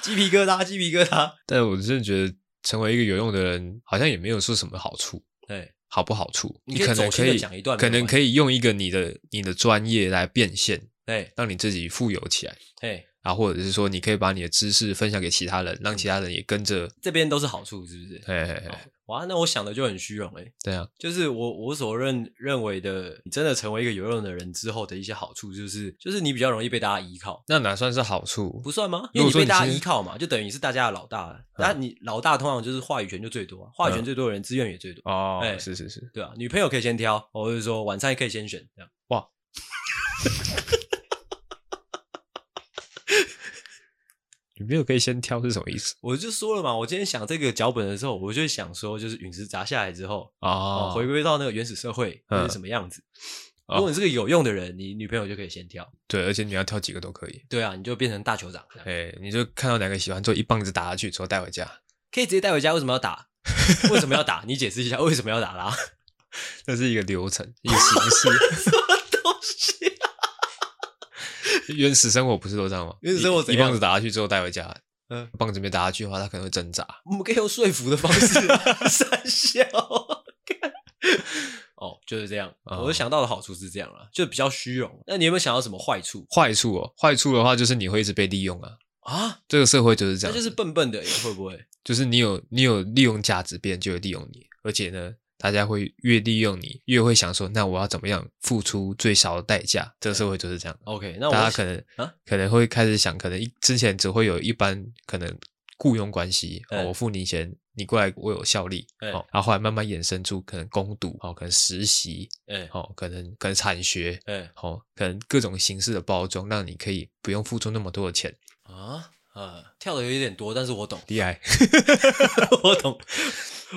鸡皮疙瘩，鸡皮疙瘩。但我真的觉得成为一个有用的人，好像也没有说什么好处，对，好不好处？你你可以可能走心可地以讲一段没可有能关可以用一个你的你的专业来变现，哎让你自己富有起来哎，啊，或者是说你可以把你的知识分享给其他人，让其他人也跟着。这边都是好处，是不是？哎哎好哎，哦哇，那我想的就很虚荣哎、对啊，就是我我所认认为的，你真的成为一个有用的人之后的一些好处，就是就是你比较容易被大家依靠，那哪算是好处不？算吗？因如为果你被说你大家今天依靠嘛，就等于是大家的老大了。那、你老大通常就是话语权就最多、啊，话语权嗯最多的人资源也最多，哦哎，是是是，对啊，女朋友可以先挑，或者是说晚餐也可以先选，这样哇。你没有可以先挑是什么意思我就说了嘛，我今天想这个脚本的时候，我就想说，就是陨石砸下来之后，哦，哦回归到那个原始社会嗯是什么样子。哦如果你是个有用的人，你女朋友就可以先挑。对，而且你要挑几个都可以。对啊，你就变成大酋长这样，哎，你就看到哪个喜欢，就一棒子打下去，之后带回家。可以直接带回家。为什么要打？为什么要打？你解释一下为什么要打啦？这是一个流程，一个形式。 什么东西？啊 原始生活不是都这样吗？原始生活一怎一样棒子打下去之后带回家，嗯，棒子没打下去的话，它可能会挣扎。 我们可以用说服的方式啊三笑。哦，就是这样。哦我想到的好处是这样啦，就比较虚荣。那你有没有想到什么坏处坏处哦，坏处的话就是你会一直被利用啊，啊？这个社会就是这那样，就是笨笨的耶，会不会？就是你有你有利用价值，别人就会利用你，而且呢，大家会越利用你，越会想说，那我要怎么样付出最少的代价？这个社会就是这样。 OK，那我大家可能、啊可能会开始想，可能一之前只会有一般可能雇佣关系，哦嗯我付你钱，你过来为我效力，嗯哦，然后后来慢慢衍生出可能攻读，哦，可能实习，哎哦，可能可能产学，哎哦，可能各种形式的包装，让你可以不用付出那么多的钱，啊啊，跳的有点多，但是我 懂，厉害，我懂，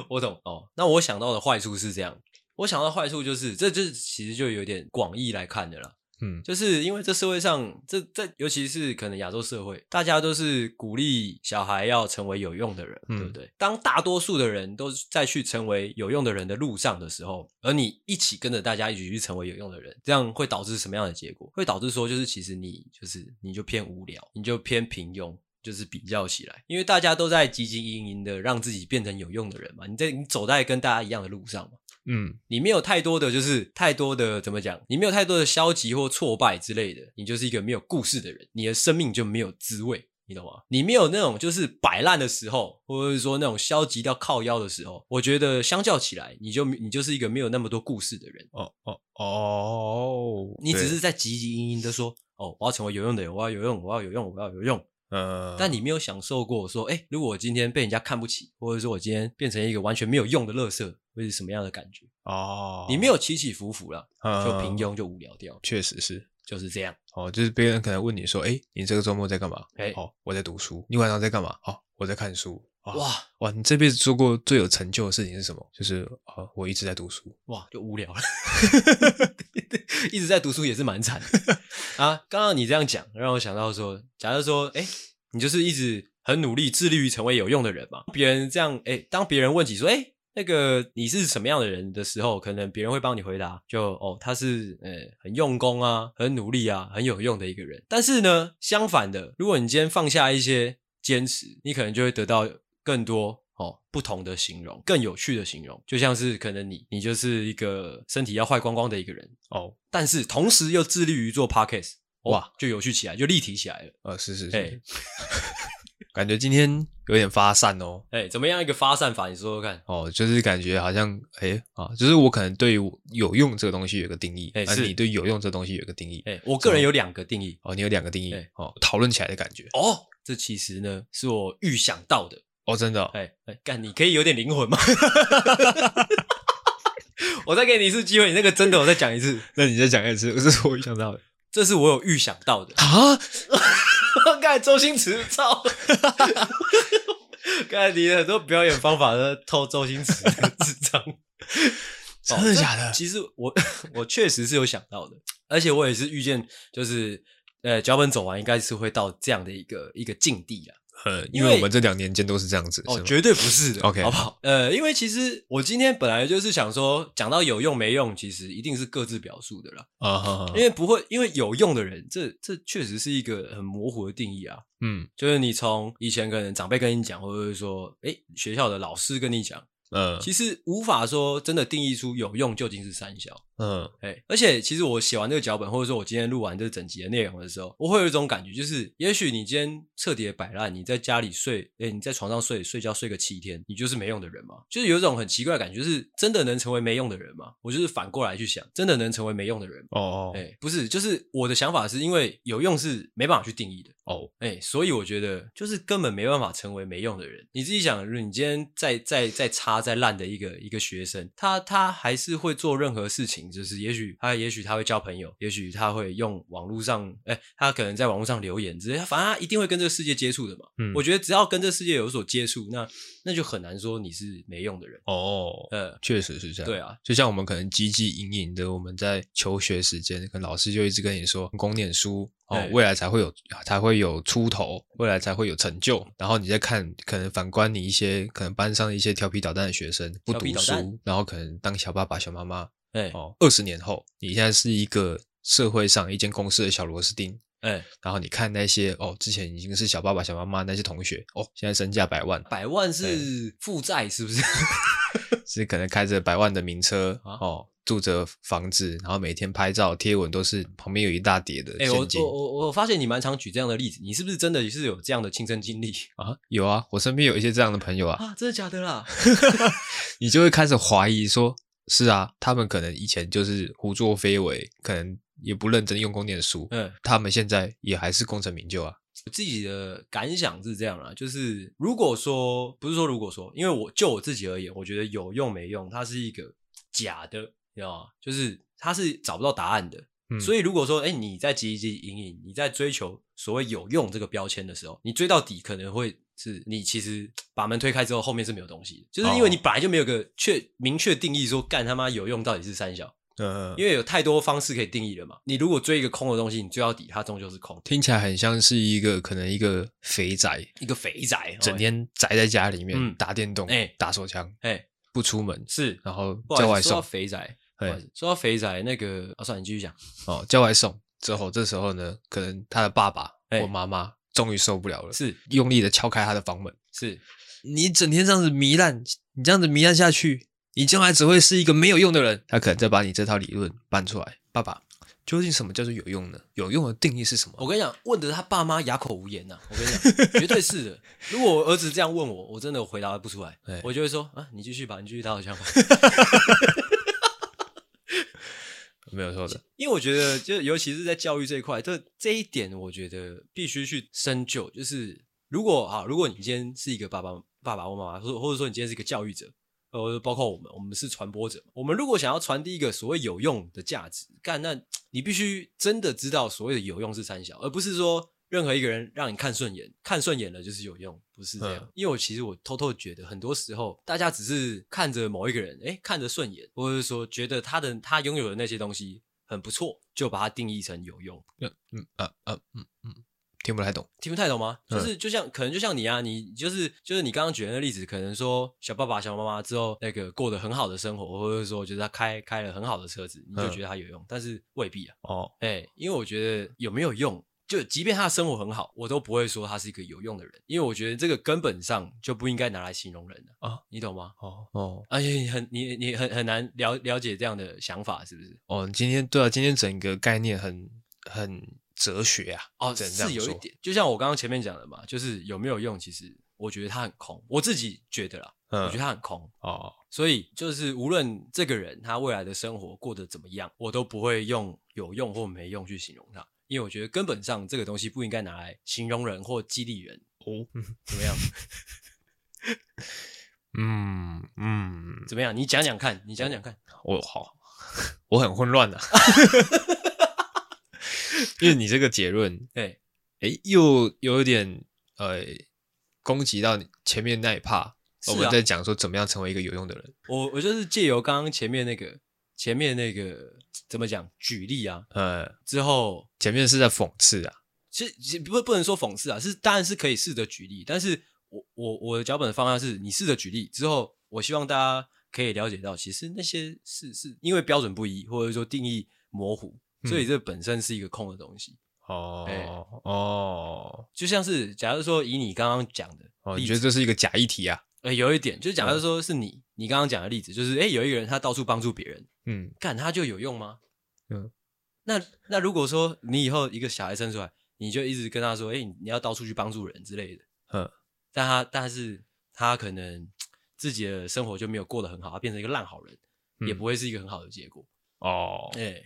我懂哦。那我想到的坏处是这样，我想到的坏处就是，这就是其实就有点广义来看的啦。嗯，就是因为这社会上，这这尤其是可能亚洲社会，大家都是鼓励小孩要成为有用的人，嗯对不对？当大多数的人都是在去成为有用的人的路上的时候，而你一起跟着大家一起去成为有用的人，这样会导致什么样的结果？会导致说，就是其实你就是你就偏无聊，你就偏平庸。就是比较起来，因为大家都在汲汲营营的让自己变成有用的人嘛，你在你走在跟大家一样的路上嘛，嗯，你没有太多的就是太多的怎么讲，你没有太多的消极或挫败之类的，你就是一个没有故事的人，你的生命就没有滋味。你懂吗？你没有那种就是摆烂的时候，或者是说那种消极到靠腰的时候，我觉得相较起来，你就你就是一个没有那么多故事的人。哦哦哦，你只对是在汲汲营营的说，哦，我要成为有用的人，我要有用，我要有用，我要有用。呃，但你没有享受过说，哎，如果我今天被人家看不起，或者说我今天变成一个完全没有用的垃圾，会是什么样的感觉？哦，你没有起起伏伏啦，有就平，庸就无聊掉，确实是。就是这样。哦，就是别人可能问你说：“哎，你这个周末在干嘛？”哎哦，我在读书。你晚上在干嘛？哦，我在看书。哦、哇哇，你这辈子做过最有成就的事情是什么？就是呃，我一直在读书。哇，就无聊了， 一直在读书也是蛮惨的 啊。刚刚你这样讲，让我想到说，假如说，哎、你就是一直很努力，致力于成为有用的人嘛。别人这样，哎、当别人问起说，哎、那个你是什么样的人的时候，可能别人会帮你回答，就哦，他是呃很用功啊，很努力啊，很有用的一个人。但是呢，相反的，如果你今天放下一些坚持，你可能就会得到更多哦不同的形容，更有趣的形容。就像是可能你你就是一个身体要坏光光的一个人，哦，但是同时又致力于做 podcast，、哇哇，就有趣起来，就立体起来了。呃，是是哎是， 感觉今天有点发散哦。哎、怎么样一个发散法？你说说看。哦，就是感觉好像哎啊，就是我可能对于有用这个东西有个定义，哎而是你对有用这个东西有个定义。哎、我个人有两个定义哦，你有两个定义哎哦，讨论起来的感觉哦，这其实呢是我预想到的。哦，真的哦、哎哎，干，你可以有点灵魂吗？ 我再给你一次机会，你那个真的，我再讲一次，那你再讲一次，这 是我想到的这是我有预想到的。 啊，看周星驰，操！ 看你的很多表演方法都偷周星驰的智障，真的假的？哦其实我 我确实是有想到的，而且我也是遇见，就是呃，脚本走完应该是会到这样的一个一个境地啦。呃，因因为为我们这两年间都是这样子，哦，是吗绝对不是的 OK 好不好？呃，因为其实我今天本来就是想说，讲到有用没用，其实一定是各自表述的啦，啊哈哈，因为不会，因为有用的人，这这确实是一个很模糊的定义啊。嗯就是你从以前可能长辈跟你讲，或者是说，哎，学校的老师跟你讲，嗯其实无法说真的定义出有用究竟是三小。嗯哎、而且其实我写完这个脚本，或者说我今天录完这整集的内容的时候，我会有一种感觉，就是也许你今天彻底的摆烂，你在家里睡，哎、你在床上睡睡觉睡个七天，你就是没用的人嘛。就是有一种很奇怪的感觉，就是真的能成为没用的人吗？我就是反过来去想，真的能成为没用的人吗？哦哦哎、不是，就是我的想法是因为有用是没办法去定义的。哦，哎、所以我觉得就是根本没办法成为没用的人。你自己想，如果你今天再再再差再烂的一个一个学生，他他还是会做任何事情，就是也许他也许他会交朋友，也许他会用网络上，哎、他可能在网络上留言之类，反正他一定会跟这个世界接触的嘛。嗯我觉得只要跟这世界有所接触，那那就很难说你是没用的人。哦，呃，确实是这样。对啊，就像我们可能汲汲营营的，我们在求学时间，可能老师就一直跟你说，光念书哦对，未来才会有才会有出头，未来才会有成就。然后你再看，可能反观你一些可能班上一些调皮捣蛋的学生，不调读皮捣蛋书，然后可能当小爸爸、小妈妈哎哦，二十年后，你现在是一个社会上一间公司的小螺丝钉，哎，然后你看那些哦，之前已经是小爸爸、小妈妈那些同学哦，现在身价百万，百 万是负债是不是？哎是可能开着百万的名车啊哦，住着房子，然后每天拍照贴文都是旁边有一大叠的哎、我现金我我我发现你蛮常举这样的例子，你是不是真的是有这样的亲身经历 啊，有啊，我身边有一些这样的朋友啊，啊？真的假的啦？你就会开始怀疑说，是啊，他们可能以前就是胡作非为，可能也不认真用功念书， 嗯，他们现在也还是功成名就啊。我自己的感想是这样啦，就是如果说不是说如果说，因为我就我自己而言，我觉得有用没用，它是一个假的，你知道吗？就是它是找不到答案的。嗯所以如果说，哎、你在汲汲营营，你在追求所谓有用这个标签的时候，你追到底可能会是你其实把门推开之后，后面是没有东西的，就是因为你本来就没有个确明确定义说干他妈有用到底是三小，嗯，因因为为有太多方式可以定义了嘛。你如果追一个空的东西，你追到底，它终究是空，听起来很像是一个可能一个肥宅，一个肥宅，整哦天宅在家里面、嗯打电动、哎打手枪，哎、不出门，是，然后不叫好外意思，说到送，肥宅，不嘿好意思说到肥宅，那个啊，算了，你继续讲。哦，叫外送之后，这时候呢，可能他的爸爸哎或妈妈终于受不了了，是用力的敲开他的房门。是，你整天这样子糜烂，你这样子糜烂下去，你将来只会是一个没有用的人。他可能再把你这套理论搬出来。爸爸，究竟什么叫做有用呢？有用的定义是什么？我跟你讲，问的他爸妈哑口无言呐、我跟你讲，绝对是的。如果我儿子这样问我，我真的回答不出来对，我就会说啊，你继续吧，你继续打好枪吧。 没有错的，因为我觉得，就尤其是在教育这一块，这这一点，我觉得必须去深究。就是如果啊，如果你今天是一个爸爸、爸爸或妈妈，或或者说你今天是一个教育者，呃，包括我们，我们是传播者嘛，我们如果想要传递一个所谓有用的价值，干，那你必须真的知道所谓的有用是三小，而不是说任何一个人让你看顺眼，看顺眼了就是有用，不是这样。嗯因为我其实我偷偷地觉得，很多时候大家只是看着某一个人，哎，看着顺眼，或者是说觉得他的他拥有的那些东西很不错，就把它定义成有用。嗯啊啊嗯嗯，听不太懂。听不太懂吗？嗯就是就像可能就像你啊，你就是就是你刚刚举的那例子，可能说小爸爸小妈妈之后那个过得很好的生活，或者说就是他开开了很好的车子，你就嗯觉得他有用，但是未必啊。哦，哎、因为我觉得有没有用，就即便他的生活很好，我都不会说他是一个有用的人，因为我觉得这个根本上就不应该拿来形容人啊啊，你懂吗？哦哦而且你很你你很很难了了解这样的想法，是不是？哦，今天对啊，今天整个概念很很哲学啊。哦，只能这样是有一说。点，就像我刚刚前面讲的嘛，就是有没有用，其实我觉得它很空，我自己觉得啦，嗯我觉得它很空，哦，所以就是无论这个人他未来的生活过得怎么样，我都不会用有用或没用去形容他，因为我觉得根本上这个东西不应该拿来形容人或激励人。哦，怎么样？嗯嗯，怎么样？你讲讲看，你讲讲看。我好， 我很混乱的、啊， 因为你这个结论对，诶，又有一点呃，攻击到你前面那一趴，是啊我们在讲说怎么样成为一个有用的人。我我就是借由刚刚前面那个前面那个怎么讲举例啊，呃，之后前面是在讽刺啊，其实其实不不能说讽刺啊，是当然是可以试着举例，但是我我我的脚本的方向是你试着举例之后，我希望大家可以了解到，其实那些是是因为标准不一，或者说定义模糊，嗯所以这本身是一个空的东西。哦、哎哦就像是假如说以你刚刚讲的哦，例你子觉得这是一个假议题啊？呃有一点，就假如说是你、你刚刚讲的例子，就是哎、诶有一个人他到处帮助别人，嗯，干他就有用吗？嗯，那那如果说你以后一个小孩生出来，你就一直跟他说，哎、你要到处去帮助人之类的，嗯，但他但是他可能自己的生活就没有过得很好，他变成一个烂好人，嗯也不会是一个很好的结果。哦，哎、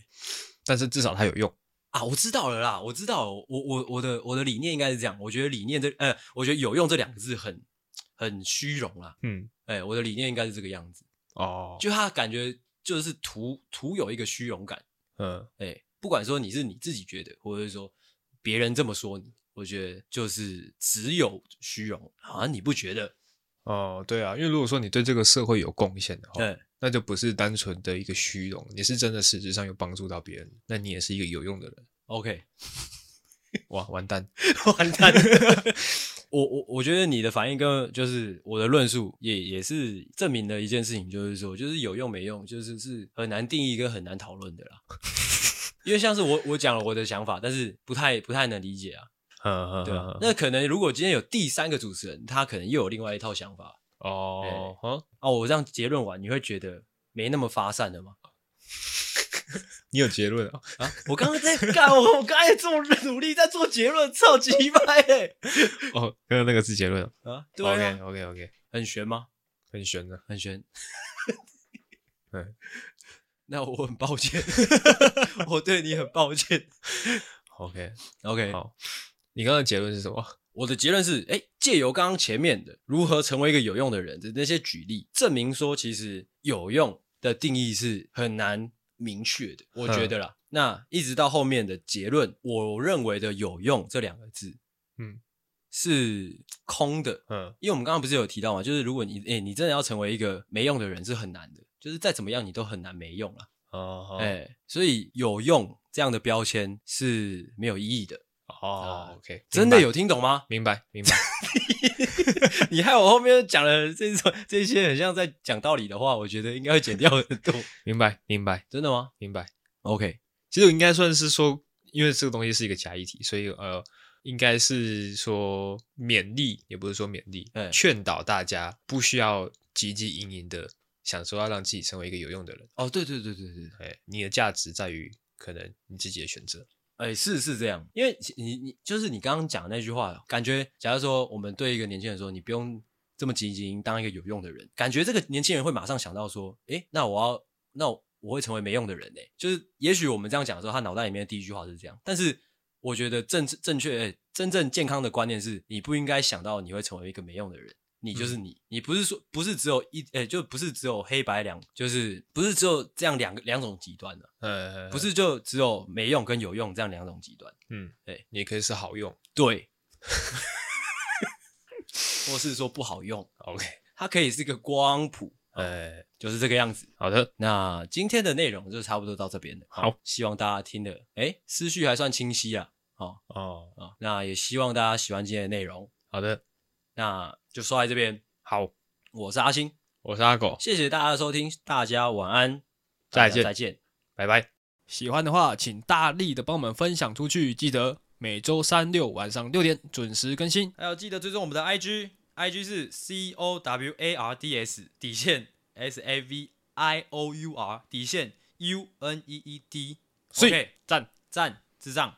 但是至少它有用。啊，我知道了啦，我知道了，我我我的我的理念应该是这样，我觉得理念这呃，我觉得有用这两个字很很虚荣啦，嗯，哎、我的理念应该是这个样子，哦，就他感觉就是图图有一个虚荣感。嗯哎、不管说你是你自己觉得，或者是说别人这么说你，我觉得就是只有虚荣啊，你不觉得？哦，对啊，因为如果说你对这个社会有贡献的话，对，那就不是单纯的一个虚荣，你是真的实质上有帮助到别人，那你也是一个有用的人。 OK， 哇，完 蛋，完蛋了。我我我觉得你的反应跟就是我的论述也也是证明了一件事情，就是说就是有用没用，就是是很难定义跟很难讨论的啦。因为像是我我讲了我的想法，但是不太不太能理解啊，嗯对啊。那可能如果今天有第三个主持人，他可能又有另外一套想法，哦，嗯哦，我这样结论完，你会觉得没那么发散了吗？你有结论啊？啊！我刚刚在干，我我刚才这么努力在做结论，超级掰欸哦，刚刚那个是结论啊。啊！对啊 o k OK OK，很悬吗？很悬的、很悬。对， 那我很抱歉， 我对你很抱歉。 OK， OK，好，你刚刚的结论是什么？我的结论是，哎，借由刚刚前面的如何成为一个有用的人的那些举例，证明说其实有用的定义是很难明确的，我觉嗯得啦。那一直到后面的结论，我认为的有用这两个字，嗯，是空的，嗯因为我们刚刚不是有提到嘛，就是如果你诶、你真的要成为一个没用的人是很难的，就是再怎么样你都很难没用啦。哦哎、所以有用这样的标签是没有意义的。哦，OK，真的有听懂吗？明白明白， 你害我后面讲了这种这些很像在讲道理的话，我觉得应该会剪掉很多。明白明白真的吗明白。 ？OK，其实我应该算是说，因为这个东西是一个假议题，所以呃，应该是说勉励，也不是说勉励嗯哎，劝导大家不需要汲汲营营的想说要让自己成为一个有用的人。哦，对对对对对，哎，你的价值在于可能你自己的选择。哎、是是这样，因为其你你就是你刚刚讲的那句话，感觉假如说我们对一个年轻人说，你不用这么积极营当一个有用的人，感觉这个年轻人会马上想到说，哎、那我要那我我会成为没用的人呢、就是也许我们这样讲的时候，他脑袋里面的第一句话是这样，但是我觉得正正确、哎真正健康的观念是，你不应该想到你会成为一个没用的人。你就是你，你不是说不是只有一，哎、就不是只有黑白两，就是不是只有这样两个两种极端的、呃，不，是就只有没用跟有用这样两种极端。嗯，哎对，你也可以是好用。对， 或是说不好用， OK，它可以是个光谱，呃，就是这个样子。好的，那今天的内容就差不多到这边了。好希望大家听的，哎，思绪还算清晰啊。好、哦，啊、那也希望大家喜欢今天的内容。好的，那就说在这边，好，我是阿星，我是阿狗，谢谢大家的收听，大家晚安，再见大家再见。拜拜。喜欢的话，请大力的帮我们分享出去。记得每周三六晚上六点准时更新。还有记得追踪我们的 IG，IG 是 C O W A R D S 底线 S A V I O U R 底线 U N E E D。所以 OK，赞赞智障。